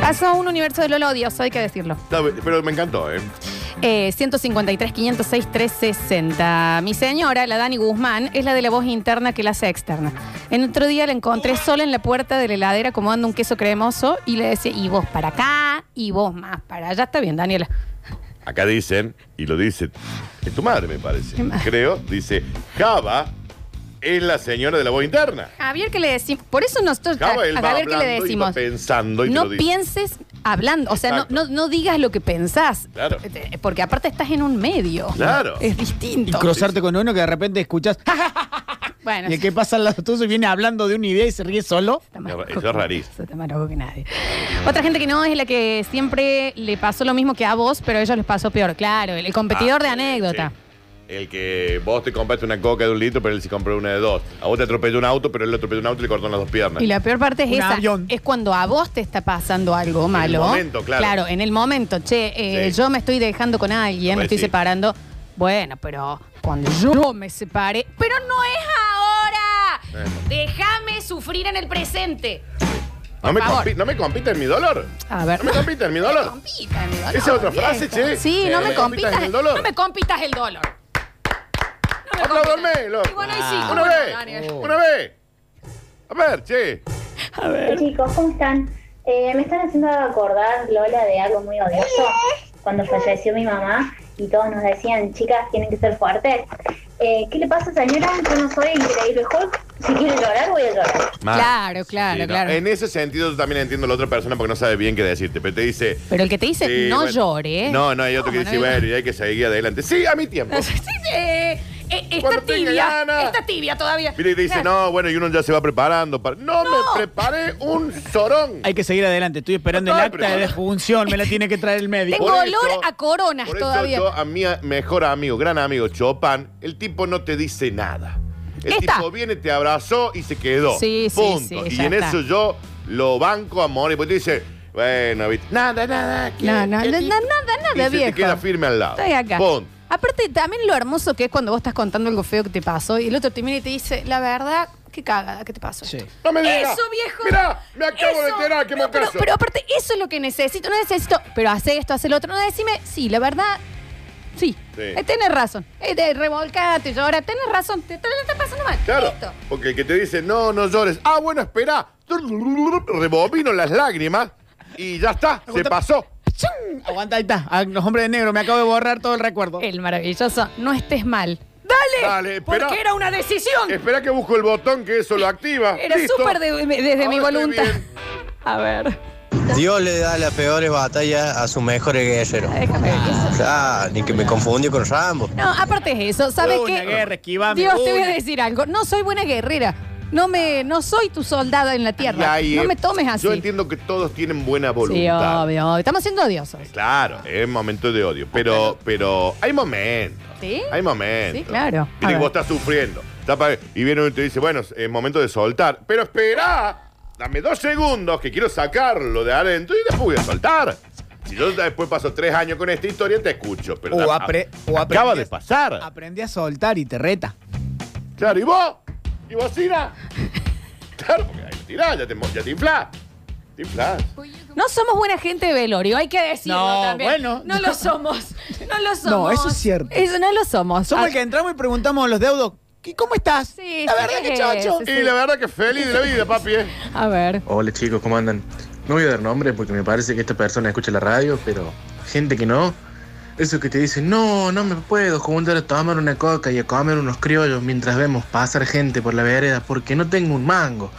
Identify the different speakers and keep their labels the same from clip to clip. Speaker 1: Pasó un universo de Lola odioso, hay que decirlo.
Speaker 2: No, pero me encantó, ¿eh?
Speaker 1: Eh, 153, 506, 360. Mi señora, la Dani Guzmán, es la de la voz interna que la hace externa. En otro día la encontré sola en la puerta de la heladera acomodando un queso cremoso y le decía, y vos para acá, y vos más para allá. Está bien, Daniela.
Speaker 2: Acá dicen, y lo dice es tu madre, me parece.
Speaker 1: Mi madre.
Speaker 2: Creo, dice, Java es la señora de la voz interna.
Speaker 1: Javier, que le decimos? Por eso nosotros
Speaker 2: Java él
Speaker 1: a
Speaker 2: va
Speaker 1: Javier, ¿qué
Speaker 2: hablando
Speaker 1: le
Speaker 2: y va
Speaker 1: decimos?
Speaker 2: pensando y te
Speaker 1: No
Speaker 2: lo dice.
Speaker 1: pienses hablando, o sea, no,
Speaker 2: Exacto.
Speaker 1: no, no digas lo que pensás.
Speaker 2: Claro.
Speaker 1: Eh, Porque aparte estás en un medio.
Speaker 2: Claro.
Speaker 1: Es
Speaker 3: Y
Speaker 1: distinto.
Speaker 3: cruzarte con uno que de repente escuchas
Speaker 1: Bueno,
Speaker 3: y el que pasa al lado tuyo y viene hablando de una idea y se ríe solo.
Speaker 1: Está más
Speaker 2: Eso
Speaker 1: loco
Speaker 2: es
Speaker 1: que-
Speaker 2: rarísimo.
Speaker 1: eso está más loco que nadie. Otra gente que no es la que siempre le pasó lo mismo que a vos, pero a ellos les pasó peor. Claro, el, el competidor de
Speaker 2: Ah,
Speaker 1: anécdota.
Speaker 2: sí. El que vos te compraste una coca de un litro, pero él se compró una de dos. A vos te atropelló un auto, pero él le atropelló un auto y le cortó las dos piernas.
Speaker 1: Y la peor parte es
Speaker 3: Un
Speaker 1: esa.
Speaker 3: avión.
Speaker 1: Es cuando a vos te está pasando algo malo.
Speaker 2: momento, claro.
Speaker 1: en el momento. Che, eh,
Speaker 2: Sí.
Speaker 1: yo me estoy dejando con alguien, me
Speaker 2: Pues
Speaker 1: estoy
Speaker 2: sí.
Speaker 1: separando. Bueno, pero cuando yo me separe. Pero no es ahora.
Speaker 2: Bueno.
Speaker 1: Déjame sufrir en el presente.
Speaker 2: no, me
Speaker 1: favor.
Speaker 2: compi- no me compita en mi dolor.
Speaker 1: A ver.
Speaker 2: No me compita en mi dolor.
Speaker 1: Compita en el dolor,
Speaker 2: Esa es otra
Speaker 1: viejo.
Speaker 2: frase, che.
Speaker 1: Sí,
Speaker 2: Eh,
Speaker 1: no
Speaker 2: no
Speaker 1: me
Speaker 2: me compitas
Speaker 1: compitas
Speaker 2: en el dolor.
Speaker 1: No me compitas el dolor. No me compitas.
Speaker 2: Aplaudanme, loco. Ah.
Speaker 1: Y bueno, ahí sí,
Speaker 2: Una
Speaker 1: ¿cómo no,
Speaker 2: vez.
Speaker 1: Daniel?
Speaker 2: Una vez. A ver, che.
Speaker 4: Eh, chicos, ¿cómo están? Eh, me están haciendo acordar, Lola, de algo muy odioso. Cuando falleció mi mamá y todos nos decían, chicas, tienen que ser fuertes. Eh, ¿Qué le pasa, señora? Yo no soy increíble Hulk. Si quiere llorar, voy a llorar.
Speaker 2: Mal.
Speaker 1: Claro, claro,
Speaker 2: Sí, no.
Speaker 1: claro.
Speaker 2: En ese sentido, yo también entiendo a la otra persona porque no sabe bien qué decirte. Pero te dice.
Speaker 1: Pero el que te dice,
Speaker 2: sí,
Speaker 1: no
Speaker 2: bueno.
Speaker 1: llore.
Speaker 2: No, no, hay otro que
Speaker 1: ¿Cómo
Speaker 2: dice,
Speaker 1: no?
Speaker 2: bueno, y hay que seguir adelante. Sí, a mi tiempo.
Speaker 1: Sí, sí, eh, eh, está
Speaker 2: Cuando tenga
Speaker 1: tibia.
Speaker 2: ganas.
Speaker 1: Está tibia todavía.
Speaker 2: Mira, y te dice,
Speaker 1: Claro.
Speaker 2: no, bueno, y uno ya se va preparando. para- No, me preparé un sorón.
Speaker 3: Hay que seguir adelante. Estoy esperando el
Speaker 2: No,
Speaker 3: acta
Speaker 2: pero-
Speaker 3: de defunción. Me la tiene que traer el médico.
Speaker 1: Tengo- olor a coronas
Speaker 2: por eso
Speaker 1: todavía.
Speaker 2: yo a mi a- mejor amigo, gran amigo Chopin, el tipo no te dice nada. El
Speaker 1: Está.
Speaker 2: tipo viene, te abrazó y se quedó.
Speaker 1: Sí, sí,
Speaker 2: Punto.
Speaker 1: sí,
Speaker 2: Y
Speaker 1: ya
Speaker 2: en
Speaker 1: está.
Speaker 2: eso yo lo banco a morir. Porque te dice, bueno, viste, nada, nada. que-
Speaker 1: No, no,
Speaker 2: que-
Speaker 1: no, no, nada,
Speaker 2: y
Speaker 1: nada,
Speaker 2: se
Speaker 1: viejo.
Speaker 2: te queda firme al lado.
Speaker 1: Estoy acá.
Speaker 2: Punto.
Speaker 1: Aparte, también lo hermoso que es cuando vos estás contando algo feo que te pasó y el otro te mira y te dice, la verdad, qué cagada, qué te pasó.
Speaker 3: Sí.
Speaker 1: esto".
Speaker 2: No me digas.
Speaker 1: Eso, viejo.
Speaker 2: Mirá, me acabo de
Speaker 1: Eso.
Speaker 2: enterar que
Speaker 1: No,
Speaker 2: me
Speaker 1: pero,
Speaker 2: caso.
Speaker 1: pero aparte, eso es lo que necesito. No necesito, pero hace esto, hace lo otro. No decime, sí, la verdad, sí.
Speaker 2: Sí.
Speaker 1: Eh, tenés razón. Eh, te revolcate, llora. Tenés razón. Te, te, te pasando mal.
Speaker 2: Claro,
Speaker 1: Listo.
Speaker 2: porque el que te dice, no, no llores. Ah, bueno, espera. Rebobino las lágrimas y ya está, se pasó.
Speaker 3: ¡Chum! Aguanta, ahí está. A los hombres de negro. Me acabo de borrar todo el recuerdo.
Speaker 1: El maravilloso, no estés mal. Dale.
Speaker 2: Dale, espera.
Speaker 1: porque era una decisión.
Speaker 2: Espera que busco el botón que eso lo activa.
Speaker 1: Era
Speaker 2: Listo.
Speaker 1: súper de- me- desde
Speaker 2: Ahora
Speaker 1: mi
Speaker 2: estoy
Speaker 1: voluntad.
Speaker 2: bien.
Speaker 1: A ver,
Speaker 5: Dios le da las peores batallas a sus mejores guerreros.
Speaker 1: déjame ver.
Speaker 5: Ah, ni que me confundió con Rambo.
Speaker 1: No, aparte es eso, ¿sabes
Speaker 3: Una
Speaker 1: qué?
Speaker 3: guerra, esquivame,
Speaker 1: Dios, te voy a
Speaker 3: una.
Speaker 1: decir algo. No soy buena guerrera. No me, no soy tu soldada en la
Speaker 2: Y
Speaker 1: tierra.
Speaker 2: ahí,
Speaker 1: no
Speaker 2: eh,
Speaker 1: me tomes así.
Speaker 2: Yo entiendo que todos tienen buena
Speaker 1: Sí,
Speaker 2: voluntad.
Speaker 1: obvio. Estamos siendo odiosos.
Speaker 2: Claro, es momento de odio. Pero, pero hay momentos.
Speaker 1: ¿Sí?
Speaker 2: Hay momentos.
Speaker 1: Sí, claro. A
Speaker 2: Viste que
Speaker 1: ver.
Speaker 2: vos estás sufriendo. Está pa- Y viene uno y te dice, bueno, es momento de soltar. Pero espera, dame dos segundos que quiero sacarlo de adentro y después voy a soltar. Si yo después paso tres años con esta historia, te escucho. Pero
Speaker 3: O
Speaker 2: da-
Speaker 3: apre- o
Speaker 2: acaba
Speaker 3: aprendes-
Speaker 2: de pasar.
Speaker 3: Aprendí a soltar y te reta.
Speaker 2: Claro, ¿y vos? ¿Y bocina? claro, porque ahí lo tirás, ya te, mo- ya te inflás. Te inflás.
Speaker 1: No somos buena gente de velorio, hay que decirlo
Speaker 3: No,
Speaker 1: también.
Speaker 3: bueno.
Speaker 1: No lo somos. No lo somos.
Speaker 3: eso es cierto.
Speaker 1: Eso no lo somos.
Speaker 3: Somos
Speaker 1: Ah,
Speaker 3: el que entramos y preguntamos a los deudos. ¿qué- ¿Cómo estás?
Speaker 1: Sí,
Speaker 3: la
Speaker 1: sí,
Speaker 3: verdad
Speaker 1: ¿qué
Speaker 3: que
Speaker 1: es
Speaker 3: chacho.
Speaker 1: eso?
Speaker 2: Y la verdad que feliz de la vida, papi, ¿eh?
Speaker 1: A ver.
Speaker 6: Hola chicos, ¿cómo andan? No voy a dar nombres porque me parece que esta persona escucha la radio, pero gente que no. Eso que te dicen, no, no me puedo juntar a tomar una coca y a comer unos criollos mientras vemos pasar gente por la vereda porque no tengo un mango.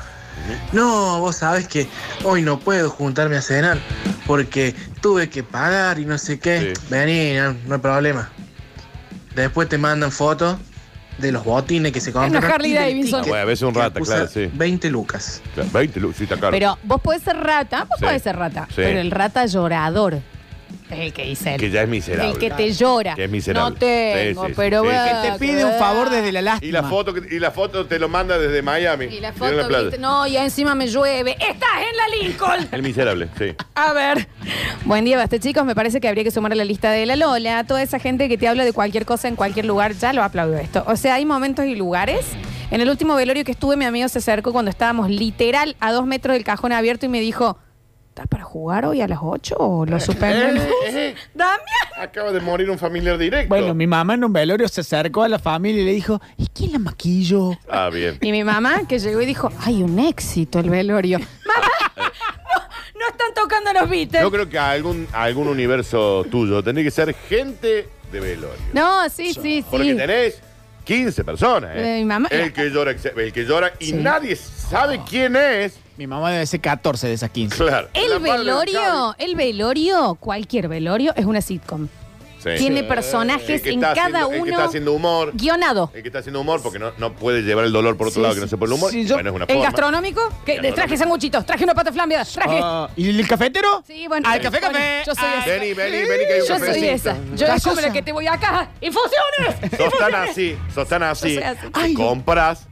Speaker 6: No, vos sabés que hoy no puedo juntarme a cenar porque tuve que pagar y no sé qué.
Speaker 2: Sí.
Speaker 6: Vení, no, no hay problema. Después te mandan fotos de los botines que se compran.
Speaker 1: una Harley
Speaker 6: y del
Speaker 1: Davidson.
Speaker 6: ticket
Speaker 2: Ah, bueno, a veces un
Speaker 6: que
Speaker 2: rata,
Speaker 6: acusa
Speaker 2: claro, sí.
Speaker 6: 20 lucas.
Speaker 2: 20 lucas, sí, está caro.
Speaker 1: Pero vos podés ser rata, vos
Speaker 2: Sí.
Speaker 1: podés ser rata.
Speaker 2: Sí.
Speaker 1: Pero el rata llorador es el que dice él.
Speaker 2: que ya es miserable.
Speaker 1: El que te llora.
Speaker 2: Que es miserable.
Speaker 1: No tengo,
Speaker 2: Sí, sí, sí.
Speaker 1: pero
Speaker 2: Sí, sí.
Speaker 1: bueno,
Speaker 3: Te pide un favor desde la lástima.
Speaker 2: Y la, foto que- y la foto te lo manda desde Miami.
Speaker 1: Y la
Speaker 2: Tiene una
Speaker 1: foto,
Speaker 2: playa.
Speaker 1: viste, no, y encima me llueve. ¡Estás en la Lincoln!
Speaker 2: El miserable, sí.
Speaker 1: A ver. Buen día, Basta, chicos. Me parece que habría que sumar a la lista de la Lola. Toda esa gente que te habla de cualquier cosa en cualquier lugar, ya lo aplaudo esto. O sea, hay momentos y lugares. En el último velorio que estuve, mi amigo se acercó cuando estábamos literal a dos metros del cajón abierto y me dijo: ¿Estás para jugar hoy a las 8 o lo suspendemos?
Speaker 2: eh, eh.
Speaker 1: Damián.
Speaker 2: Acaba de morir un familiar directo.
Speaker 3: Bueno, mi mamá en un velorio se acercó a la familia y le dijo, ¿y quién la maquillo?
Speaker 2: Ah, bien.
Speaker 1: Y mi mamá que llegó y dijo, hay un éxito el velorio. Mamá, no, no están tocando los Beatles.
Speaker 2: Yo creo que a algún, a algún universo tuyo tendría que ser gente de velorio.
Speaker 1: No, sí, sí, sí.
Speaker 2: Porque tenés 15 personas, ¿eh?
Speaker 1: Eh, mi mamá-
Speaker 2: El que llora, el que llora y
Speaker 1: Sí.
Speaker 2: nadie sabe quién es.
Speaker 3: Mi mamá debe ser 14 de esas 15.
Speaker 2: Claro. La
Speaker 1: El
Speaker 2: madre de Javi.
Speaker 1: velorio, el velorio, cualquier velorio, es una sitcom.
Speaker 2: Sí.
Speaker 1: Tiene
Speaker 2: El
Speaker 1: personajes
Speaker 2: que
Speaker 1: en
Speaker 2: está
Speaker 1: cada
Speaker 2: haciendo-
Speaker 1: uno.
Speaker 2: El que está haciendo humor.
Speaker 1: Guionado.
Speaker 2: El que está haciendo humor porque no, no puede llevar el dolor por otro
Speaker 3: Sí,
Speaker 2: lado que
Speaker 3: sí.
Speaker 2: no sea por el humor.
Speaker 3: Sí, yo-
Speaker 2: bueno, es una
Speaker 1: El
Speaker 2: forma.
Speaker 1: gastronómico, que
Speaker 2: Gastronómico.
Speaker 1: traje sanguchitos, traje una pata flambeada, traje.
Speaker 3: Ah, ¿Y el cafetero?
Speaker 1: Sí, bueno.
Speaker 3: Al café, café. Ah.
Speaker 1: Yo soy
Speaker 3: Al-
Speaker 1: esa.
Speaker 2: Vení, vení, vení que hay un
Speaker 1: Yo soy
Speaker 2: cafecito. Ah,
Speaker 1: esa. Yo
Speaker 3: Gaseosa.
Speaker 1: soy la que te voy acá. ¡Infusiones!
Speaker 2: Sos tan así, sos tan así.
Speaker 1: Yo soy así.
Speaker 2: que compras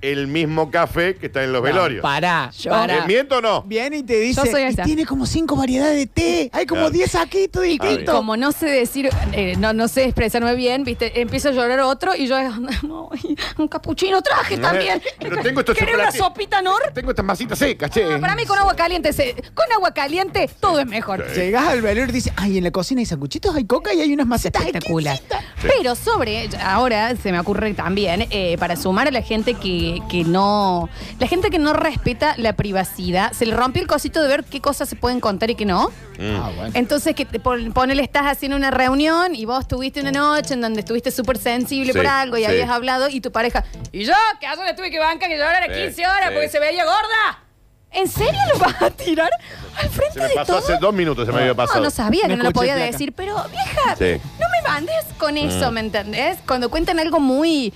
Speaker 2: el mismo café que está en los velorios.
Speaker 3: Pará.
Speaker 1: Yo-
Speaker 2: ¿Te
Speaker 1: Pará.
Speaker 2: miento o no?
Speaker 3: Viene y te dice,
Speaker 1: Yo soy
Speaker 3: "Y
Speaker 1: esa.
Speaker 3: tiene como 5 variedades de té. Hay como
Speaker 2: Claro.
Speaker 3: 10 saquitos
Speaker 1: Y
Speaker 3: distintos.
Speaker 1: como no sé decir, eh, no, no sé expresarme bien, viste, empiezo a llorar otro y yo, no, un capuchino traje también.
Speaker 2: eh, Pero tengo estos
Speaker 1: ¿Querés una
Speaker 2: chocolates.
Speaker 1: sopita, Nor?
Speaker 2: Tengo estas masitas secas, che.
Speaker 1: No, para mí con agua caliente, se- con agua caliente todo es mejor.
Speaker 2: Sí.
Speaker 3: Llegás al velorio y dices, ay, en la cocina hay sanguchitos, hay coca y hay unas macetas.
Speaker 1: espectacular. Pero sobre, ahora se me ocurre también, eh, para sumar a la gente que, que no, la gente que no respeta la privacidad, se le rompió el cosito de ver qué cosas se pueden contar y qué no.
Speaker 3: Ah, bueno.
Speaker 1: Entonces, que te pon- ponele, estás haciendo una reunión y vos tuviste una noche en donde estuviste súper sensible
Speaker 2: Sí,
Speaker 1: por algo y
Speaker 2: sí.
Speaker 1: habías hablado y tu pareja, y yo, que ayer le tuve que bancar que llorar a
Speaker 2: Sí,
Speaker 1: 15 horas
Speaker 2: sí.
Speaker 1: porque se veía gorda. ¿En serio lo vas a tirar al frente
Speaker 2: Se me
Speaker 1: de
Speaker 2: pasó
Speaker 1: todo?
Speaker 2: hace dos minutos, se me había pasado.
Speaker 1: No, no sabía que
Speaker 3: No
Speaker 1: no lo
Speaker 3: escuché,
Speaker 1: podía
Speaker 3: flaca.
Speaker 1: decir, pero vieja,
Speaker 2: Sí. Mm.
Speaker 1: no me bandes con eso, ¿me entendés? Cuando cuentan algo muy...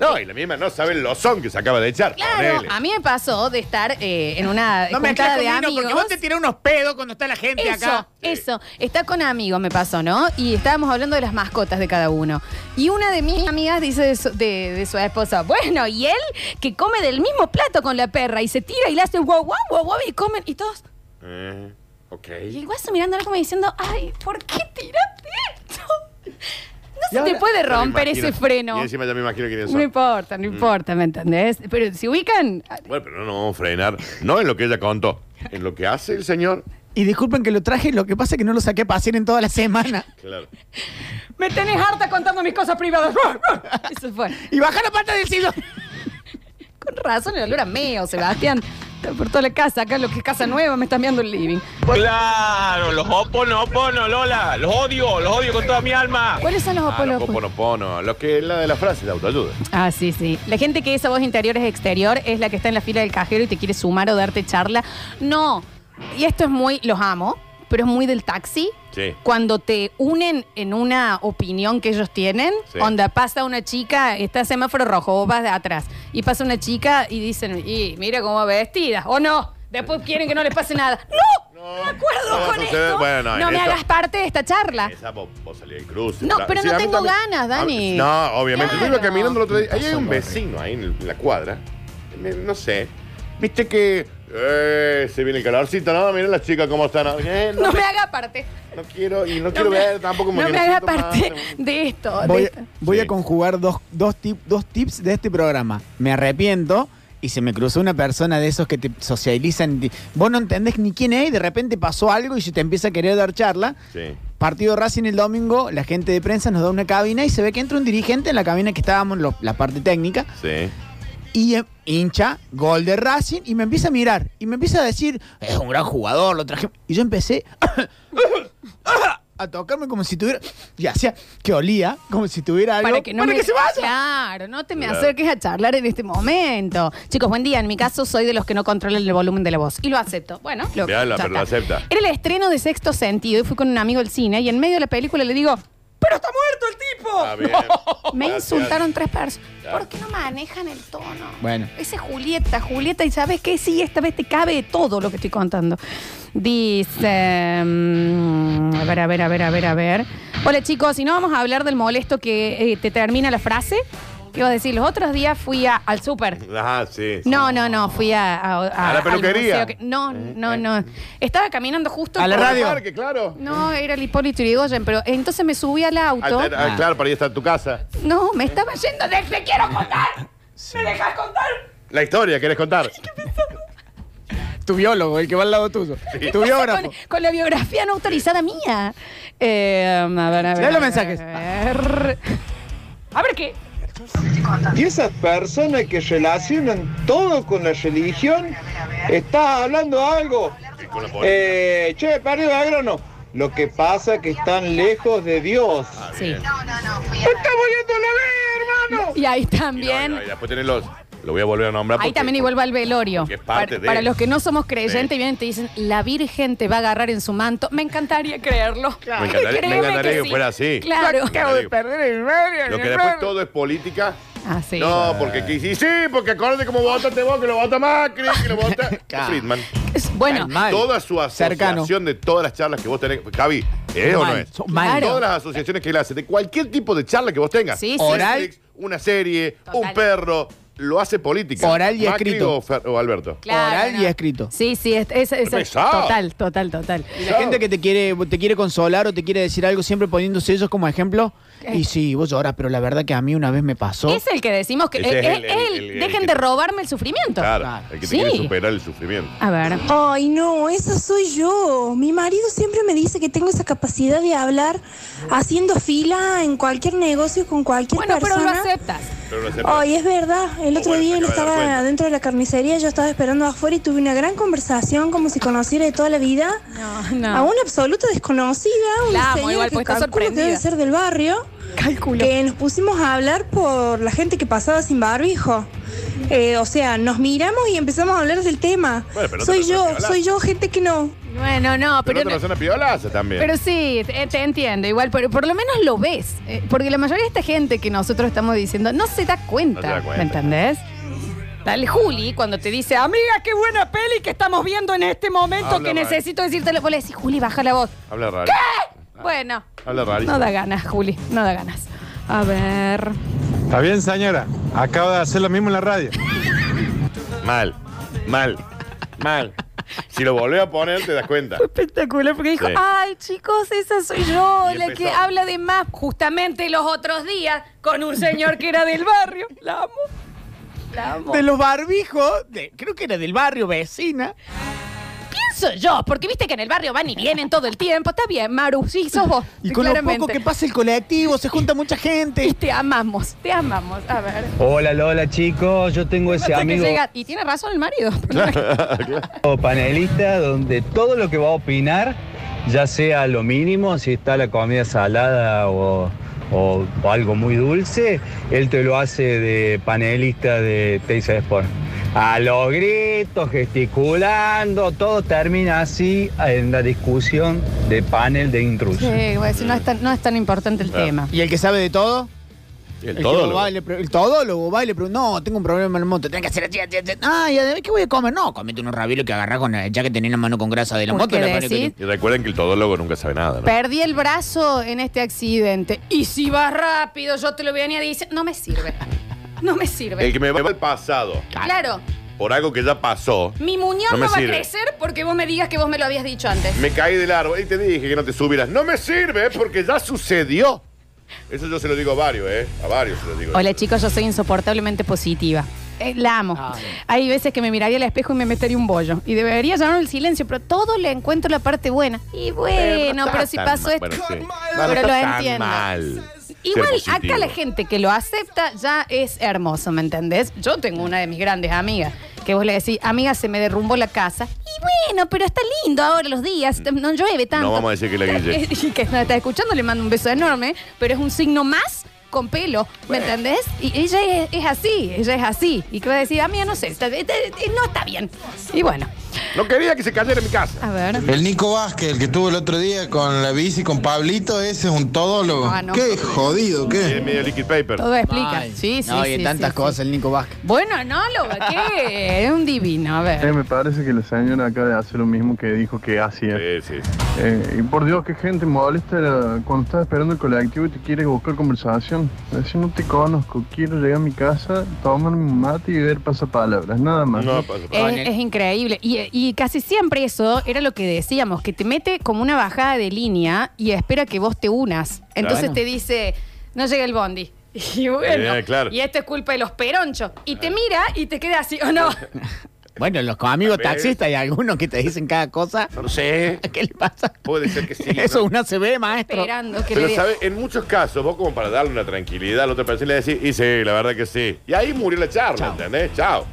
Speaker 2: No, y la misma no sabe el lozón que se acaba de echar.
Speaker 1: Claro,
Speaker 2: Ponele.
Speaker 1: a mí me pasó de estar eh, en una
Speaker 3: No me
Speaker 1: juntada
Speaker 3: aclares
Speaker 1: de
Speaker 3: conmigo
Speaker 1: amigos.
Speaker 3: porque vos te tirás unos pedos cuando está la gente
Speaker 1: Eso,
Speaker 3: acá.
Speaker 1: eso. Está con amigos, me pasó, ¿no? Y estábamos hablando de las mascotas de cada uno. Y una de mis amigas dice de su, de- de su esposa, bueno, y él que come del mismo plato con la perra y se tira y le hace guau, guau, guau, guau, y comen y todos.
Speaker 2: Eh, ok.
Speaker 1: Y el guaso mirándola como diciendo, ay, ¿por qué tiraste esto? No
Speaker 3: Y
Speaker 1: se te
Speaker 3: ahora-
Speaker 1: puede
Speaker 2: Ya me
Speaker 1: romper
Speaker 2: imagino.
Speaker 1: ese freno.
Speaker 2: Y Mm. encima ya me imagino quiénes
Speaker 1: No
Speaker 2: son.
Speaker 1: importa, no importa, ¿me entendés? Pero si ubican,
Speaker 2: Bueno, pero no nos vamos a frenar. No en lo que ella contó, en lo que hace el señor.
Speaker 3: Y disculpen que lo traje, lo que pasa es que no lo saqué para hacer en toda la semana.
Speaker 2: Claro.
Speaker 1: me tenés harta contando mis cosas privadas. Eso fue.
Speaker 3: Y baja la pata del sillón.
Speaker 1: Con razón el olor a meo, Sebastián. Está por toda la casa, acá lo que es casa nueva, me están viendo el living.
Speaker 7: Claro, los oponopono, Lola. Los odio, los odio con toda mi alma.
Speaker 1: ¿Cuáles son los
Speaker 2: Ah, los
Speaker 1: opólogos?
Speaker 2: ponopono, lo que es la de la frase de autoayuda.
Speaker 1: Ah, sí, sí. La gente que esa voz interior es exterior es la que está en la fila del cajero y te quiere sumar o darte charla. No. Y esto es muy, los amo, pero es muy del taxi.
Speaker 2: Sí.
Speaker 1: Cuando te unen en una opinión que ellos tienen,
Speaker 2: Sí.
Speaker 1: onda, pasa una chica, está semáforo rojo, vos vas de atrás, y pasa una chica y dicen, y mira cómo va vestida, o no, después quieren que no les pase nada. ¡No! No,
Speaker 2: No,
Speaker 1: me acuerdo
Speaker 2: no va a
Speaker 1: con
Speaker 2: suceder.
Speaker 1: esto.
Speaker 2: Bueno, en
Speaker 1: no me
Speaker 2: esto-
Speaker 1: hagas parte de esta charla.
Speaker 2: Esa vos, vos salí del cruce.
Speaker 1: No,
Speaker 2: La-
Speaker 1: pero no
Speaker 2: a mí
Speaker 1: tengo
Speaker 2: también-
Speaker 1: ganas,
Speaker 2: a
Speaker 1: Dani.
Speaker 2: mí- no, obviamente. Yo iba
Speaker 1: Claro.
Speaker 2: caminando el otro día. Ahí hay un vecino ahí en la cuadra. Me- No sé. Viste que. eh, se viene el calorcito, ¿no? Miren las chicas cómo están. Eh, no,
Speaker 1: No me haga parte.
Speaker 2: no quiero, y no,
Speaker 1: No
Speaker 2: quiero
Speaker 1: me-
Speaker 2: ver tampoco como
Speaker 1: No
Speaker 2: que
Speaker 1: me haga
Speaker 2: siento mal.
Speaker 1: parte de esto. de
Speaker 3: Voy,
Speaker 1: esto.
Speaker 3: voy
Speaker 2: Sí.
Speaker 3: a conjugar dos, dos, tip- dos tips de este programa. Me arrepiento y se me cruzó una persona de esos que te socializan. Di- Vos no entendés ni quién es y de repente pasó algo y se te empieza a querer dar charla.
Speaker 2: Sí.
Speaker 3: Partido Racing el domingo, la gente de prensa nos da una cabina y se ve que entra un dirigente en la cabina que estábamos, lo- la parte técnica,
Speaker 2: Sí.
Speaker 3: y eh, hincha, gol de Racing, y me empieza a mirar, y me empieza a decir, es un gran jugador, lo traje. Y yo empecé a tocarme como si tuviera, y hacía que olía, como si tuviera algo.
Speaker 1: Para que no me-
Speaker 3: se vaya!
Speaker 1: Claro, no te me
Speaker 2: Claro.
Speaker 1: acerques a charlar en este momento. Chicos, buen día. En mi caso soy de los que no controlan el volumen de la voz. Y lo acepto. Bueno, lo
Speaker 2: Veala,
Speaker 1: ya
Speaker 2: pero lo
Speaker 1: está.
Speaker 2: acepta.
Speaker 1: Era el estreno de Sexto Sentido y fui con un amigo al cine y en medio de la película le digo, ¡Pero está muerto el tipo!
Speaker 2: Está bien.
Speaker 1: Me
Speaker 2: Gracias.
Speaker 1: insultaron tres personas.
Speaker 2: Claro.
Speaker 1: ¿Por qué no manejan el tono?
Speaker 3: Bueno.
Speaker 1: Ese es Julieta, Julieta, y sabes qué? sí, esta vez te cabe todo lo que estoy contando. Dice. mm, a ver, a ver, a ver, a ver, a ver. Hola chicos, si no vamos a hablar del molesto que eh, te termina la frase, te iba a decir, los otros días fui a- al súper.
Speaker 2: Ah, sí. sí.
Speaker 1: No, no, no, fui a. A,
Speaker 2: A la
Speaker 1: al
Speaker 2: peluquería.
Speaker 1: museo que- no, no, no. Estaba caminando justo.
Speaker 3: A la
Speaker 1: por-
Speaker 3: radio.
Speaker 2: Parque, claro.
Speaker 1: No, era el Hipólito Yrigoyen, pero entonces me subí al auto.
Speaker 2: Ah, ah, ah, claro, para ir estar en tu casa.
Speaker 1: No, me estaba yendo de te quiero contar. ¿Me dejas contar?
Speaker 2: La historia, ¿querés contar?
Speaker 3: tu biólogo, el que va al lado tuyo. Tu biógrafo.
Speaker 1: Con, con la biografía no autorizada mía. Eh, a ver, a ver.
Speaker 3: Lee
Speaker 1: a
Speaker 3: los
Speaker 1: ver,
Speaker 3: mensajes.
Speaker 1: A ver. A ver qué.
Speaker 8: Y esas personas que relacionan todo con la religión, está hablando algo.
Speaker 2: Con la política.
Speaker 8: Eh, che, perdido agrano. Lo que pasa es que están lejos de Dios.
Speaker 1: Sí.
Speaker 8: ¡Estamos yendo a la vez, hermano!
Speaker 1: Y ahí
Speaker 2: Y no,
Speaker 1: también.
Speaker 2: no, y después tenés los. Lo voy a volver a nombrar.
Speaker 1: Ahí
Speaker 2: porque-
Speaker 1: también igual va el velorio.
Speaker 2: porque es parte
Speaker 1: para,
Speaker 2: de-
Speaker 1: para los que no somos creyentes,
Speaker 2: Sí.
Speaker 1: vienen y te dicen, la Virgen te va a agarrar en su manto. Me encantaría creerlo.
Speaker 2: Me encantaría- me
Speaker 1: Créeme
Speaker 2: encantaría que
Speaker 1: sí.
Speaker 2: fuera así.
Speaker 1: Claro.
Speaker 3: Acabo de perder el memoria.
Speaker 2: Lo que después todo es política.
Speaker 1: Así.
Speaker 2: No, porque aquí sí, sí, porque acuérdate cómo votaste vos, que lo vota Macri, que lo vota
Speaker 3: Claro.
Speaker 2: Friedman.
Speaker 1: Es- Bueno,
Speaker 3: Mal.
Speaker 2: Toda su asociación
Speaker 3: Cercano.
Speaker 2: de todas las charlas que vos tenés. Javi, ¿es o no
Speaker 3: Mal.
Speaker 2: es?
Speaker 3: Son mal.
Speaker 1: Claro.
Speaker 2: Todas las asociaciones que él hace, de cualquier tipo de charla que vos tengas.
Speaker 1: Sí, sí.
Speaker 3: Oral.
Speaker 2: Netflix, una serie,
Speaker 1: Total.
Speaker 2: un perro, lo hace política.
Speaker 3: Oral y
Speaker 2: Macri
Speaker 3: escrito.
Speaker 2: O, Fer- o Alberto.
Speaker 1: claro,
Speaker 3: Oral
Speaker 1: no.
Speaker 3: y escrito.
Speaker 1: Sí, sí, es, es- es-
Speaker 2: Pesado.
Speaker 1: total, total, total.
Speaker 3: Y La gente que te quiere, te quiere consolar o te quiere decir algo, siempre poniéndose ellos como ejemplo.
Speaker 1: Eh.
Speaker 3: Y sí, vos lloras, pero la verdad que a mí una vez me pasó.
Speaker 1: Es el que decimos que.
Speaker 2: Ese
Speaker 1: eh,
Speaker 2: es
Speaker 1: eh,
Speaker 2: el-
Speaker 1: él,
Speaker 2: el- el- el
Speaker 1: dejen
Speaker 2: que-
Speaker 1: de robarme el sufrimiento.
Speaker 2: Claro,
Speaker 3: Claro.
Speaker 2: el que te
Speaker 1: Sí.
Speaker 2: quiere superar el sufrimiento.
Speaker 1: A ver.
Speaker 9: Ay, no, esa soy yo. Mi marido siempre me dice que tengo esa capacidad de hablar haciendo fila en cualquier negocio con cualquier
Speaker 1: Bueno, pero lo
Speaker 9: persona.
Speaker 1: aceptas.
Speaker 2: Pero no se puede.
Speaker 9: Ay, es verdad. El
Speaker 2: Oh,
Speaker 9: otro
Speaker 2: bueno,
Speaker 9: día
Speaker 2: me
Speaker 9: él
Speaker 2: acabo de dar cuenta.
Speaker 9: estaba dentro de la carnicería, yo estaba esperando afuera y tuve una gran conversación como si conociera de toda la vida
Speaker 1: No,
Speaker 9: a
Speaker 1: no.
Speaker 9: una absoluta desconocida, una
Speaker 1: La amo
Speaker 9: señora
Speaker 1: igual,
Speaker 9: que
Speaker 1: pues, está
Speaker 9: calculo que
Speaker 1: sorprendida.
Speaker 9: debe ser del barrio.
Speaker 1: Cálculo.
Speaker 9: Que nos pusimos a hablar por la gente que pasaba sin barbijo. Eh, o sea, nos miramos y empezamos a hablar del tema.
Speaker 2: Bueno, pero no
Speaker 9: soy
Speaker 2: te lo
Speaker 9: yo,
Speaker 2: tenés que hablar.
Speaker 9: soy yo, gente que no.
Speaker 1: Bueno, no,
Speaker 2: Pero
Speaker 1: pero.
Speaker 2: otra persona piolaza también.
Speaker 1: Pero sí, te, te entiendo, igual, pero por lo menos lo ves. eh, porque la mayoría de esta gente que nosotros estamos diciendo no se da cuenta.
Speaker 2: No se da cuenta.
Speaker 1: ¿Me entendés? Dale, Juli, cuando te dice, amiga, qué buena peli que estamos viendo en este momento
Speaker 2: Habla
Speaker 1: que
Speaker 2: mal.
Speaker 1: necesito decirte la decís, Juli, baja la voz.
Speaker 2: Habla raro. Ah.
Speaker 1: Bueno,
Speaker 2: Habla raro.
Speaker 1: no da ganas, Juli, no da ganas. A ver.
Speaker 8: Está bien, señora. Acaba de hacer lo mismo en la radio.
Speaker 2: Mal, mal, mal. Si lo volvés a poner, te das cuenta.
Speaker 1: Espectacular, porque dijo, "Ah".
Speaker 2: Sí.
Speaker 1: ay chicos, esa soy yo,
Speaker 2: Y
Speaker 1: la
Speaker 2: empezó.
Speaker 1: que habla de más justamente los otros días con un señor que era del barrio. La amo. La amo.
Speaker 3: De los barbijos, de- creo que era del barrio vecina.
Speaker 1: Pienso yo, porque viste que en el barrio van y vienen todo el tiempo. Está bien, Maru, sí, sos vos.
Speaker 3: Y con
Speaker 1: claramente.
Speaker 3: lo poco que pasa el colectivo, se junta mucha gente.
Speaker 1: Te amamos, te amamos. A ver.
Speaker 8: Hola, Lola, chicos. Yo tengo
Speaker 1: Hasta que llega- Y tiene razón el marido.
Speaker 8: O panelista donde todo lo que va a opinar, ya sea lo mínimo, si está la comida salada o, o- o algo muy dulce, él te lo hace de panelista de Teis Sport. A los gritos, gesticulando, todo termina así en la discusión de panel de intrusos.
Speaker 1: Sí, voy a decir, no es tan, no es tan importante el
Speaker 2: Claro.
Speaker 1: tema.
Speaker 3: ¿Y el que sabe de todo?
Speaker 2: El
Speaker 3: que
Speaker 2: todo.
Speaker 3: va y le pre- El todólogo va y le pregunta, no, tengo un problema en el monte, tenés que hacer así, así, así. Ah, ¿y además qué voy a comer? No, comete unos rabilos que agarrás con el, ya que tenés la mano con grasa de la
Speaker 1: ¿Por
Speaker 3: moto.
Speaker 1: qué
Speaker 3: la mano que
Speaker 1: decís?
Speaker 2: Y recuerden que el todólogo nunca sabe nada, ¿no?
Speaker 1: Perdí el brazo en este accidente. Y si vas rápido, yo te lo venía y dice, no me sirve. No me
Speaker 2: El
Speaker 1: sirve.
Speaker 2: que me va al pasado
Speaker 1: Claro,
Speaker 2: por algo que ya pasó,
Speaker 1: mi muñón
Speaker 2: No
Speaker 1: no,
Speaker 2: me
Speaker 1: va
Speaker 2: sirve.
Speaker 1: a crecer porque vos me digas que vos me lo habías dicho antes.
Speaker 2: me caí del árbol y te dije que no te subieras. No me sirve ¿eh? porque ya sucedió. Eso yo se lo digo a varios, ¿eh? A varios se lo digo.
Speaker 1: Hola chicos, yo soy insoportablemente positiva. Eh, la amo.
Speaker 3: Ah,
Speaker 1: Hay veces que me miraría al espejo y me metería un bollo. Y debería llamar el silencio, pero todo le encuentro la parte buena. Y bueno, Eh, pero,
Speaker 2: está
Speaker 1: si
Speaker 2: tan
Speaker 1: pasó
Speaker 2: mal.
Speaker 1: esto.
Speaker 2: Bueno, sí.
Speaker 1: Pero
Speaker 2: está
Speaker 1: lo
Speaker 2: tan
Speaker 1: entiendo.
Speaker 2: mal.
Speaker 1: Igual
Speaker 2: Ser positivo.
Speaker 1: acá la gente que lo acepta ya es hermoso, ¿me entendés? Yo tengo una de mis grandes amigas que vos le decís, amiga, se me derrumbó la casa. Y bueno, pero está lindo ahora los días, no llueve tanto.
Speaker 2: No vamos a decir que la guille.
Speaker 1: Y que nos está escuchando, le mando un beso enorme, pero es un signo más con pelo, ¿me entendés? Y ella es, es así, ella es así. Y que va a decir, amiga, no sé, está- está- no está bien. Y bueno,
Speaker 2: No quería que se cayera en mi casa.
Speaker 1: a ver.
Speaker 5: El Nico Vázquez, el que tuvo el otro día con la bici con Pablito, ese es un todólogo.
Speaker 1: Ah, no.
Speaker 5: Qué jodido,
Speaker 2: Tiene
Speaker 5: qué.
Speaker 2: medio liquid paper.
Speaker 1: Todo explica.
Speaker 3: Mal.
Speaker 1: Sí, sí,
Speaker 3: No, y
Speaker 1: sí,
Speaker 3: tantas
Speaker 1: sí, sí.
Speaker 3: cosas el Nico Vázquez.
Speaker 1: Bueno, no, lo que es un divino, a ver.
Speaker 10: me parece que la señora acaba de hacer lo mismo que dijo que hacía.
Speaker 2: Sí, sí.
Speaker 10: Eh, y por Dios, qué gente molesta era cuando estás esperando el colectivo y te quiere buscar conversación. Decir, no te conozco, quiero llegar a mi casa, tomarme un mate y ver pasapalabras, nada más.
Speaker 2: No, pasa, pasa.
Speaker 1: Es, es increíble. Y, y casi siempre eso era lo que decíamos, que te mete como una bajada de línea y espera que vos te unas. Entonces
Speaker 3: Claro.
Speaker 1: te dice, no llega el bondi. Y bueno,
Speaker 2: Eh, claro.
Speaker 1: y esto es culpa de los peronchos. Y te mira y te queda así, ¿o no?
Speaker 3: Bueno, los amigos
Speaker 2: A ver.
Speaker 3: taxistas hay algunos que te dicen cada
Speaker 1: Eh.
Speaker 3: cosa.
Speaker 2: No sé.
Speaker 3: ¿Qué le pasa?
Speaker 2: Puede ser que sí.
Speaker 3: Eso
Speaker 2: ¿no?
Speaker 3: una se ve, maestro.
Speaker 1: Esperando que le
Speaker 2: Pero,
Speaker 1: diga.
Speaker 2: ¿sabes? En muchos casos, vos como para darle una tranquilidad a la otra persona, le decís, y sí, la verdad que sí. Y ahí murió la charla,
Speaker 3: Chao.
Speaker 2: ¿entendés? Chao.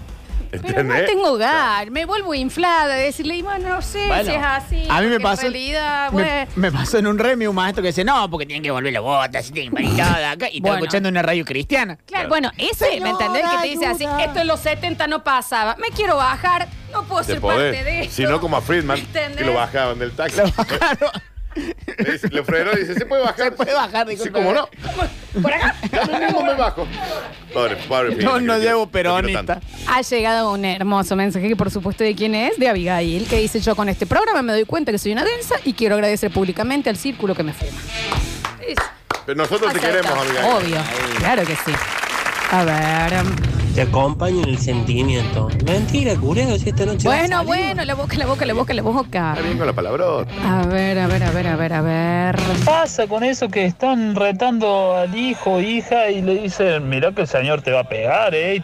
Speaker 1: Pero no tengo hogar, me vuelvo inflada, de decirle, y bueno, no sé
Speaker 3: Bueno,
Speaker 1: si es así.
Speaker 3: a mí me
Speaker 1: porque
Speaker 3: pasó,
Speaker 1: En realidad,
Speaker 3: me-
Speaker 1: bueno.
Speaker 3: me, pasó en un remi un maestro que dice, no, porque tienen que volver la bota, si tienen invalidada acá. Y
Speaker 1: Bueno.
Speaker 3: está escuchando una radio cristiana.
Speaker 1: Claro, bueno, ese, ¿me
Speaker 3: Señora,
Speaker 1: entendés? Que te dice así,
Speaker 3: ayuda.
Speaker 1: esto en los 70 no pasaba, me quiero bajar, no puedo
Speaker 2: Te
Speaker 1: ser parte de
Speaker 2: podés.
Speaker 1: esto.
Speaker 2: Si no, como a Friedman,
Speaker 1: ¿Entendés?
Speaker 2: que lo bajaban del taxi.
Speaker 3: Claro,
Speaker 2: Le dice- Le frenó y dice, ¿se puede bajar?
Speaker 3: Se puede bajar,
Speaker 2: Sí,
Speaker 3: disculpa.
Speaker 2: como no.
Speaker 1: Por acá.
Speaker 2: Ya mismo me bajo. Pobre, pobre
Speaker 3: no,
Speaker 2: Friedman,
Speaker 3: no
Speaker 2: que quiero-
Speaker 3: llevo
Speaker 2: lo quiero
Speaker 3: peronista.
Speaker 2: tanto.
Speaker 1: Ha llegado un hermoso mensaje que por supuesto de quién es, de Abigail, que dice yo con este programa me doy cuenta que soy una densa y quiero agradecer públicamente al círculo que me forma. Es-
Speaker 2: Pero nosotros te
Speaker 1: acepta.
Speaker 2: queremos, amiga.
Speaker 1: Obvio, claro que sí. A ver.
Speaker 11: Te acompaño en el sentimiento. Mentira, curado, si esta noche.
Speaker 1: Bueno, bueno, la boca, la boca, la boca, la boca.
Speaker 2: Está bien con la palabra.
Speaker 1: A ver, a ver, a ver, a ver, a ver.
Speaker 12: pasa con eso que están retando al hijo hija y le dicen, mirá que el señor te va a pegar, ¿eh?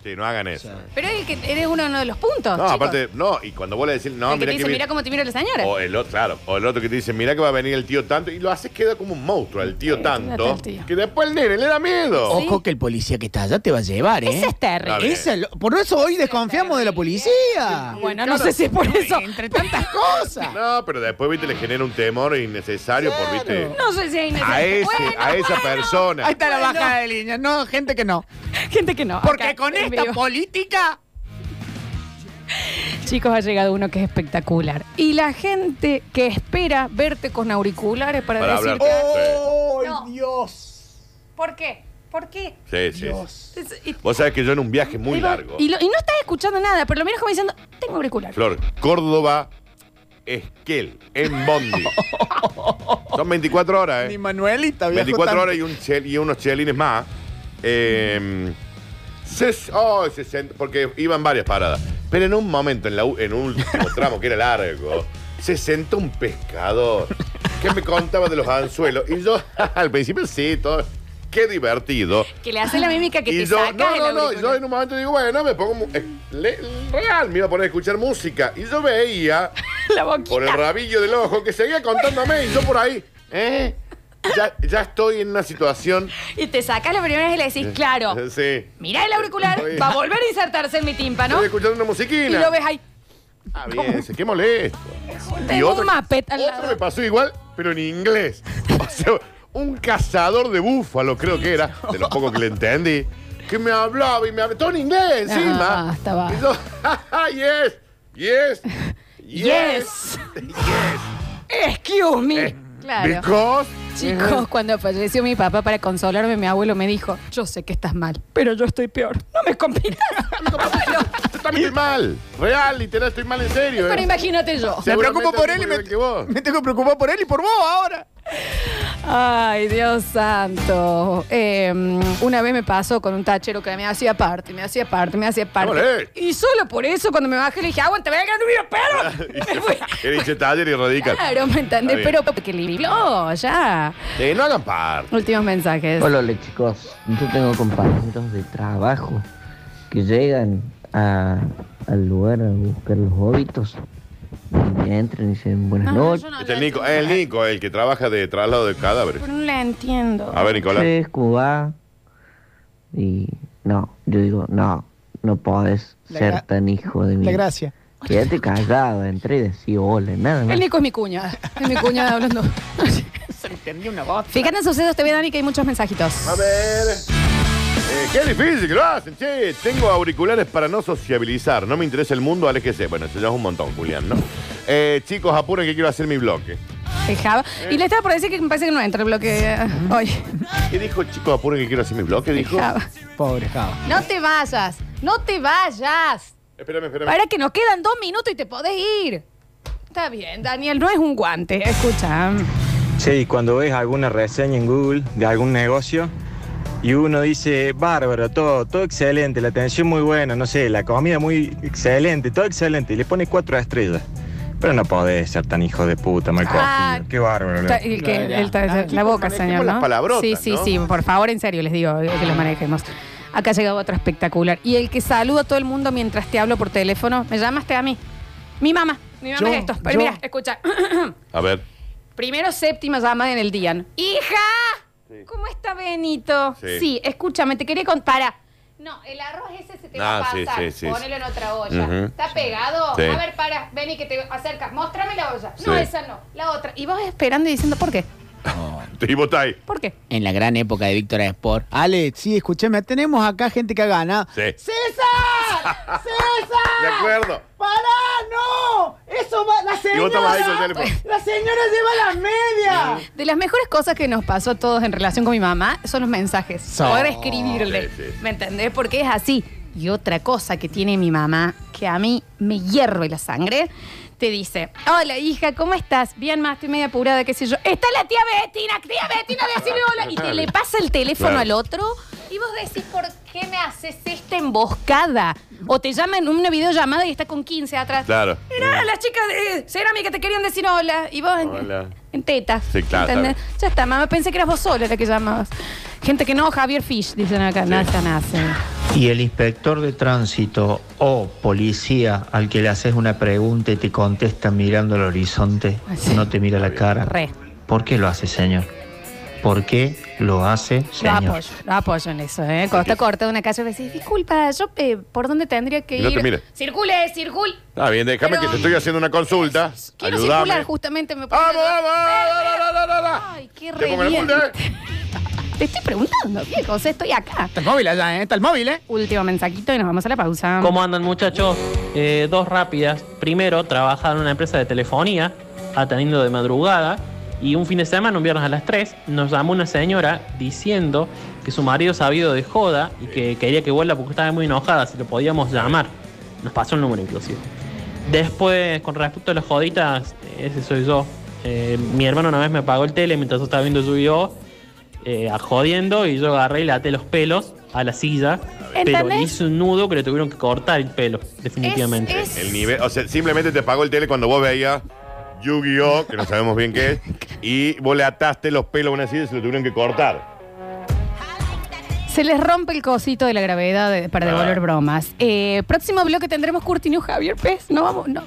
Speaker 2: Sí, no hagan eso.
Speaker 1: Pero es que eres uno, uno de los puntos.
Speaker 2: No,
Speaker 1: chicos.
Speaker 2: aparte, no, y cuando vos le decís, no,
Speaker 1: El que te
Speaker 2: mira que
Speaker 1: dice,
Speaker 2: vi-
Speaker 1: mira cómo te mira la señora.
Speaker 2: O el otro, claro, o el otro que te dice, mira que va a venir el tío tanto, y lo haces queda como un monstruo al tío tanto,
Speaker 1: al tío.
Speaker 2: que después el nene le da miedo.
Speaker 3: Ojo que el policía que está allá te va a llevar, ¿eh?
Speaker 1: Ese es
Speaker 2: Claro.
Speaker 1: terrible.
Speaker 3: Esa es lo- por eso hoy desconfiamos de la policía.
Speaker 1: Bueno, no sé si es por eso.
Speaker 3: Entre tantas cosas.
Speaker 2: No, pero después, viste, le genera un temor innecesario por, viste,
Speaker 1: No sé si hay
Speaker 2: a ese,
Speaker 1: Bueno,
Speaker 2: a esa
Speaker 1: bueno.
Speaker 2: persona.
Speaker 3: Ahí está la bajada de línea. No, gente que no.
Speaker 1: Gente que no.
Speaker 3: Porque
Speaker 1: acá,
Speaker 3: con
Speaker 1: en
Speaker 3: esta
Speaker 1: vivo.
Speaker 3: política.
Speaker 1: Chicos, ha llegado uno que es espectacular. Y la gente que espera verte con auriculares para,
Speaker 2: Para hablar.
Speaker 1: decirte.
Speaker 3: ¡Oh,
Speaker 1: No.
Speaker 3: Dios!
Speaker 1: ¿Por qué? ¿Por qué?
Speaker 2: Sí, sí.
Speaker 3: Dios.
Speaker 1: Es- y-
Speaker 2: Vos sabés que yo en un viaje muy
Speaker 1: y va-
Speaker 2: largo,
Speaker 1: Y, lo- y no estás escuchando nada, pero lo miras como diciendo, tengo auricular.
Speaker 2: Flor, Córdoba, Esquel, en Bondi. Son 24 horas,
Speaker 3: Ni
Speaker 2: ¿eh?
Speaker 3: Manuelita, viajó
Speaker 2: 24
Speaker 3: tanto.
Speaker 2: horas y, un chel- y unos chelines más. Eh, ses- oh, 60, porque iban varias paradas. Pero en un momento, en, la, u- en un último tramo que era largo, se sentó un pescador que me contaba de los anzuelos. Y yo, al principio sí, todo. Qué divertido.
Speaker 1: Que le haces la mímica que
Speaker 2: y
Speaker 1: te
Speaker 2: yo,
Speaker 1: saca
Speaker 2: no,
Speaker 1: el
Speaker 2: no, no,
Speaker 1: auricular.
Speaker 2: yo en un momento digo, bueno, me pongo mu- eh, le- real, me iba a poner a escuchar música. Y yo veía
Speaker 1: La boquita.
Speaker 2: por el rabillo del ojo que seguía contándome y yo por ahí, ¿eh? Ya, ya estoy en una situación.
Speaker 1: Y te sacas la primera vez y le decís, claro,
Speaker 2: Sí.
Speaker 1: mirá el auricular,
Speaker 2: Estoy-
Speaker 1: va a volver a insertarse en mi tímpano.
Speaker 2: Estoy escuchando una
Speaker 1: Y
Speaker 2: musiquina.
Speaker 1: lo ves ahí.
Speaker 2: Ah, bien, se- qué molesto.
Speaker 1: Tengo un mapet al
Speaker 2: otro
Speaker 1: lado.
Speaker 2: me pasó igual, pero en inglés. O sea, un cazador de búfalo, creo que era, de los pocos que le entendí, que me hablaba y me hablaba todo en inglés
Speaker 1: Ah,
Speaker 2: encima.
Speaker 1: basta, basta.
Speaker 2: Y yo, "Ja, ja, yes, yes, yes, Eh,
Speaker 1: Yes. Excuse me. Claro.
Speaker 2: Because.
Speaker 1: Chicos, cuando falleció mi papá para consolarme, mi abuelo me dijo, yo sé que estás mal, pero yo estoy peor. No me compitas. Abuelo,
Speaker 2: Yo también estoy eh, mal. Real, literal, estoy mal en serio.
Speaker 1: pero
Speaker 2: eh.
Speaker 1: imagínate yo.
Speaker 3: Me preocupo por él y
Speaker 2: Seguramente estoy igual
Speaker 3: me,
Speaker 2: que vos.
Speaker 3: me tengo que preocupar por él y por vos ahora.
Speaker 1: Ay, Dios santo. Eh, una vez me pasó con un tachero que me hacía parte, me hacía parte, me hacía
Speaker 2: Vámonos.
Speaker 1: parte. Y solo por eso, cuando me bajé, le dije, aguanta, venga, no hubiera
Speaker 2: Y
Speaker 1: perro.
Speaker 2: se
Speaker 1: Me fui.
Speaker 2: fue. Era hincha de taller y radical.
Speaker 1: Claro, ¿me entendés?
Speaker 2: Está
Speaker 1: Pero
Speaker 2: bien.
Speaker 1: porque le hiló, ya.
Speaker 2: Eh, no hagan par.
Speaker 1: Últimos mensajes.
Speaker 11: Hola, hola, chicos. Yo tengo compañeros de trabajo que llegan a- al lugar a buscar los óbitos y entran y dicen buenas
Speaker 1: No, no,
Speaker 11: noches.
Speaker 1: yo no
Speaker 2: Es
Speaker 1: la
Speaker 2: el Nico, es
Speaker 1: entiendo.
Speaker 2: el Nico, el que trabaja de traslado de cadáveres.
Speaker 1: Pero no la entiendo.
Speaker 2: A ver, Nicolás.
Speaker 11: ¿Cómo va? Y no, yo digo, no, no podés
Speaker 3: La
Speaker 11: ser
Speaker 3: gra-
Speaker 11: tan hijo de mí.
Speaker 3: La gracia.
Speaker 11: Quédate callado, entré y decí hola, nada más.
Speaker 1: El Nico es mi cuñada. Es mi cuñada hablando.
Speaker 3: Se le entendió una voz.
Speaker 1: Fíjate en sucesos TV, Dani, que hay muchos mensajitos.
Speaker 2: A ver. Eh, qué difícil que lo hacen, che. Tengo auriculares para no sociabilizar. No me interesa el mundo, aléjese. Bueno, eso ya es un montón, Julián, ¿no? Eh, chicos, apuren que quiero hacer mi bloque.
Speaker 1: El Java. Y le estaba por decir que me parece que no entra el bloque eh, hoy.
Speaker 2: ¿Qué dijo, chicos, apuren que quiero hacer mi bloque?
Speaker 1: El
Speaker 2: Dijo.
Speaker 1: Java.
Speaker 3: Pobre Java.
Speaker 1: No te vayas. No te vayas.
Speaker 2: Espérame, espérame.
Speaker 1: Para que nos quedan dos minutos y te podés ir. Está bien, Daniel, no es un guante. Escucha. mm,
Speaker 8: Sí, cuando ves alguna reseña en Google de algún negocio y uno dice, bárbaro, todo, todo excelente, la atención muy buena, no sé, la comida muy excelente, todo excelente, y le pone cuatro estrellas. Pero no podés ser tan hijo de puta, mal
Speaker 1: Ah.
Speaker 8: cogido. Qué bárbaro.
Speaker 1: Está- el que- el- el- la boca,
Speaker 2: Ah, manejemos
Speaker 1: señor,
Speaker 2: las
Speaker 1: ¿no?
Speaker 2: palabrotas,
Speaker 1: Sí, sí,
Speaker 2: ¿no?
Speaker 1: sí. Por favor, en serio, les digo eh, que lo manejemos. Acá ha llegado otro espectacular. Y el que saluda a todo el mundo mientras te hablo por teléfono, ¿me llamaste a mí? Mi mamá. Mi mamá
Speaker 2: Yo,
Speaker 1: es esto. Pero
Speaker 2: yo.
Speaker 1: mira, escucha.
Speaker 2: A ver.
Speaker 1: Primero séptima llamada en el día. ¿no? ¡Hija! ¿Cómo está Benito? Sí.
Speaker 2: Sí.
Speaker 1: escúchame, te quería contar. Pará. No, el arroz ese se te va a
Speaker 2: Ah, sí,
Speaker 1: pasar.
Speaker 2: sí, sí, sí.
Speaker 1: Ponelo en otra olla.
Speaker 2: Ujú.
Speaker 1: ¿Está pegado?
Speaker 2: Sí.
Speaker 1: A ver, para, vení que te acercas. Mostrame la olla. No,
Speaker 2: Sí.
Speaker 1: esa no, la otra. Y vos esperando y diciendo, ¿por qué?
Speaker 2: Y vos está ahí.
Speaker 1: ¿Por qué?
Speaker 3: En la gran época de Víctor Sport. Ale, sí, escúchame, tenemos acá gente que ha ganado.
Speaker 2: Sí.
Speaker 3: ¡César! ¡César!
Speaker 2: De acuerdo.
Speaker 3: ¡Pará, no! Eso va, la
Speaker 2: Y vos estabas ahí con el teléfono.
Speaker 3: La señora lleva las medias.
Speaker 1: De las mejores cosas que nos pasó a todos en relación con mi mamá son los mensajes.
Speaker 3: So-
Speaker 1: Poder escribirle.
Speaker 3: Sí,
Speaker 1: ¿Me entendés? Porque es así. Y otra cosa que tiene mi mamá, que a mí me hierve la sangre, te dice, hola hija, ¿cómo estás? Bien, más estoy media apurada, qué sé yo. Está la tía Bettina, tía Bettina, decime hola. Y te le pasa el teléfono
Speaker 13: Claro.
Speaker 1: al otro y vos decís, ¿por qué me haces esta emboscada? O te llama en una videollamada y está con 15 atrás.
Speaker 2: Claro.
Speaker 1: Mirá, las chicas de cerámica te querían decir hola. Y vos...
Speaker 2: Hola.
Speaker 1: En tetas.
Speaker 2: Sí, claro,
Speaker 1: ¿entendés? Ya está, mamá, pensé que eras vos sola la que llamabas. Gente que no, Javier Fish, dicen acá, nada, nada.
Speaker 14: Y el inspector de tránsito o policía al que le haces una pregunta y te contesta mirando al horizonte, no te mira la cara.
Speaker 1: Ah, Re.
Speaker 14: ¿Por qué lo hace, señor? ¿Por qué lo hace,
Speaker 1: Lo
Speaker 14: señor?
Speaker 1: apoyo, lo apoyo en eso, ¿eh? Cuando está corta una calle, decís, disculpa, yo, eh, ¿por dónde tendría que
Speaker 2: Y no te
Speaker 1: ir?
Speaker 2: mira.
Speaker 1: Circule, circule.
Speaker 2: Está bien, déjame
Speaker 1: Pero-
Speaker 2: que te estoy haciendo una consulta.
Speaker 1: Quiero circular,
Speaker 2: Ayúdame.
Speaker 1: justamente. Me
Speaker 2: ¡Vamos,
Speaker 1: vamos!
Speaker 2: ¡Ay,
Speaker 1: qué
Speaker 2: Te pongo eh. el
Speaker 1: reviente.
Speaker 2: punta,
Speaker 1: Te estoy preguntando, viejo, o sea, estoy acá. Está
Speaker 3: el móvil allá, ¿eh? Está el móvil, ¿eh?
Speaker 1: Último mensajito y nos vamos a la pausa.
Speaker 15: ¿Cómo andan muchachos? Eh, dos rápidas. Primero, trabajaba en una empresa de telefonía, atendiendo de madrugada, y un fin de semana, un viernes a las 3, nos llamó una señora diciendo que su marido se había ido de joda y que quería que vuelva porque estaba muy enojada, si lo podíamos llamar. Nos pasó el número inclusive. Después, con respecto a las joditas, ese soy yo. Eh, mi hermano una vez me apagó el tele mientras yo estaba viendo Yu-Gi-Oh! eh, a jodiendo y yo agarré y le até los pelos a la silla. Pero
Speaker 1: ¿Entendés?
Speaker 15: le hice un nudo que le tuvieron que cortar el pelo, definitivamente.
Speaker 1: Es- es-
Speaker 2: El nivel, o sea, simplemente te pagó el tele cuando vos veías Yu-Gi-Oh, que no sabemos bien qué es, y vos le ataste los pelos a una silla y se lo tuvieron que cortar.
Speaker 1: Se les rompe el cosito de la gravedad de- para devolver bromas. Eh, próximo bloque tendremos Curti News, Javier Pez. No vamos, no.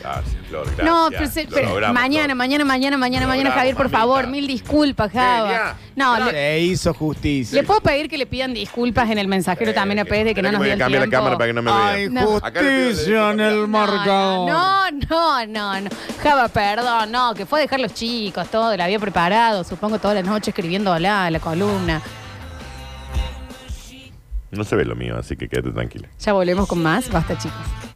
Speaker 2: Gracias, Flor,
Speaker 1: no, pero,
Speaker 2: gracias.
Speaker 1: se-
Speaker 2: Lo
Speaker 1: pero
Speaker 2: logramos,
Speaker 1: mañana, mañana, mañana, mañana, mañana,
Speaker 3: logramos,
Speaker 1: Javier, por
Speaker 3: mamita.
Speaker 1: favor, mil disculpas, Java. No, le,
Speaker 3: Le hizo justicia.
Speaker 1: le puedo pedir que le pidan disculpas en el mensajero también a Pez de que no nos
Speaker 2: voy
Speaker 1: dio
Speaker 2: a
Speaker 1: el
Speaker 2: cambiar la
Speaker 1: tiempo.
Speaker 2: cámara para Eh, que no me
Speaker 3: Ay,
Speaker 2: vean. Acá le pido-
Speaker 3: justicia en el marcador.
Speaker 1: No, no, no, no. Java, perdón, no, que fue a dejar los chicos, todo, la había preparado, supongo, toda la noche escribiendo la, la columna.
Speaker 2: No se ve lo mío, así que quédate tranquila.
Speaker 1: Ya volvemos con más, basta, chicos.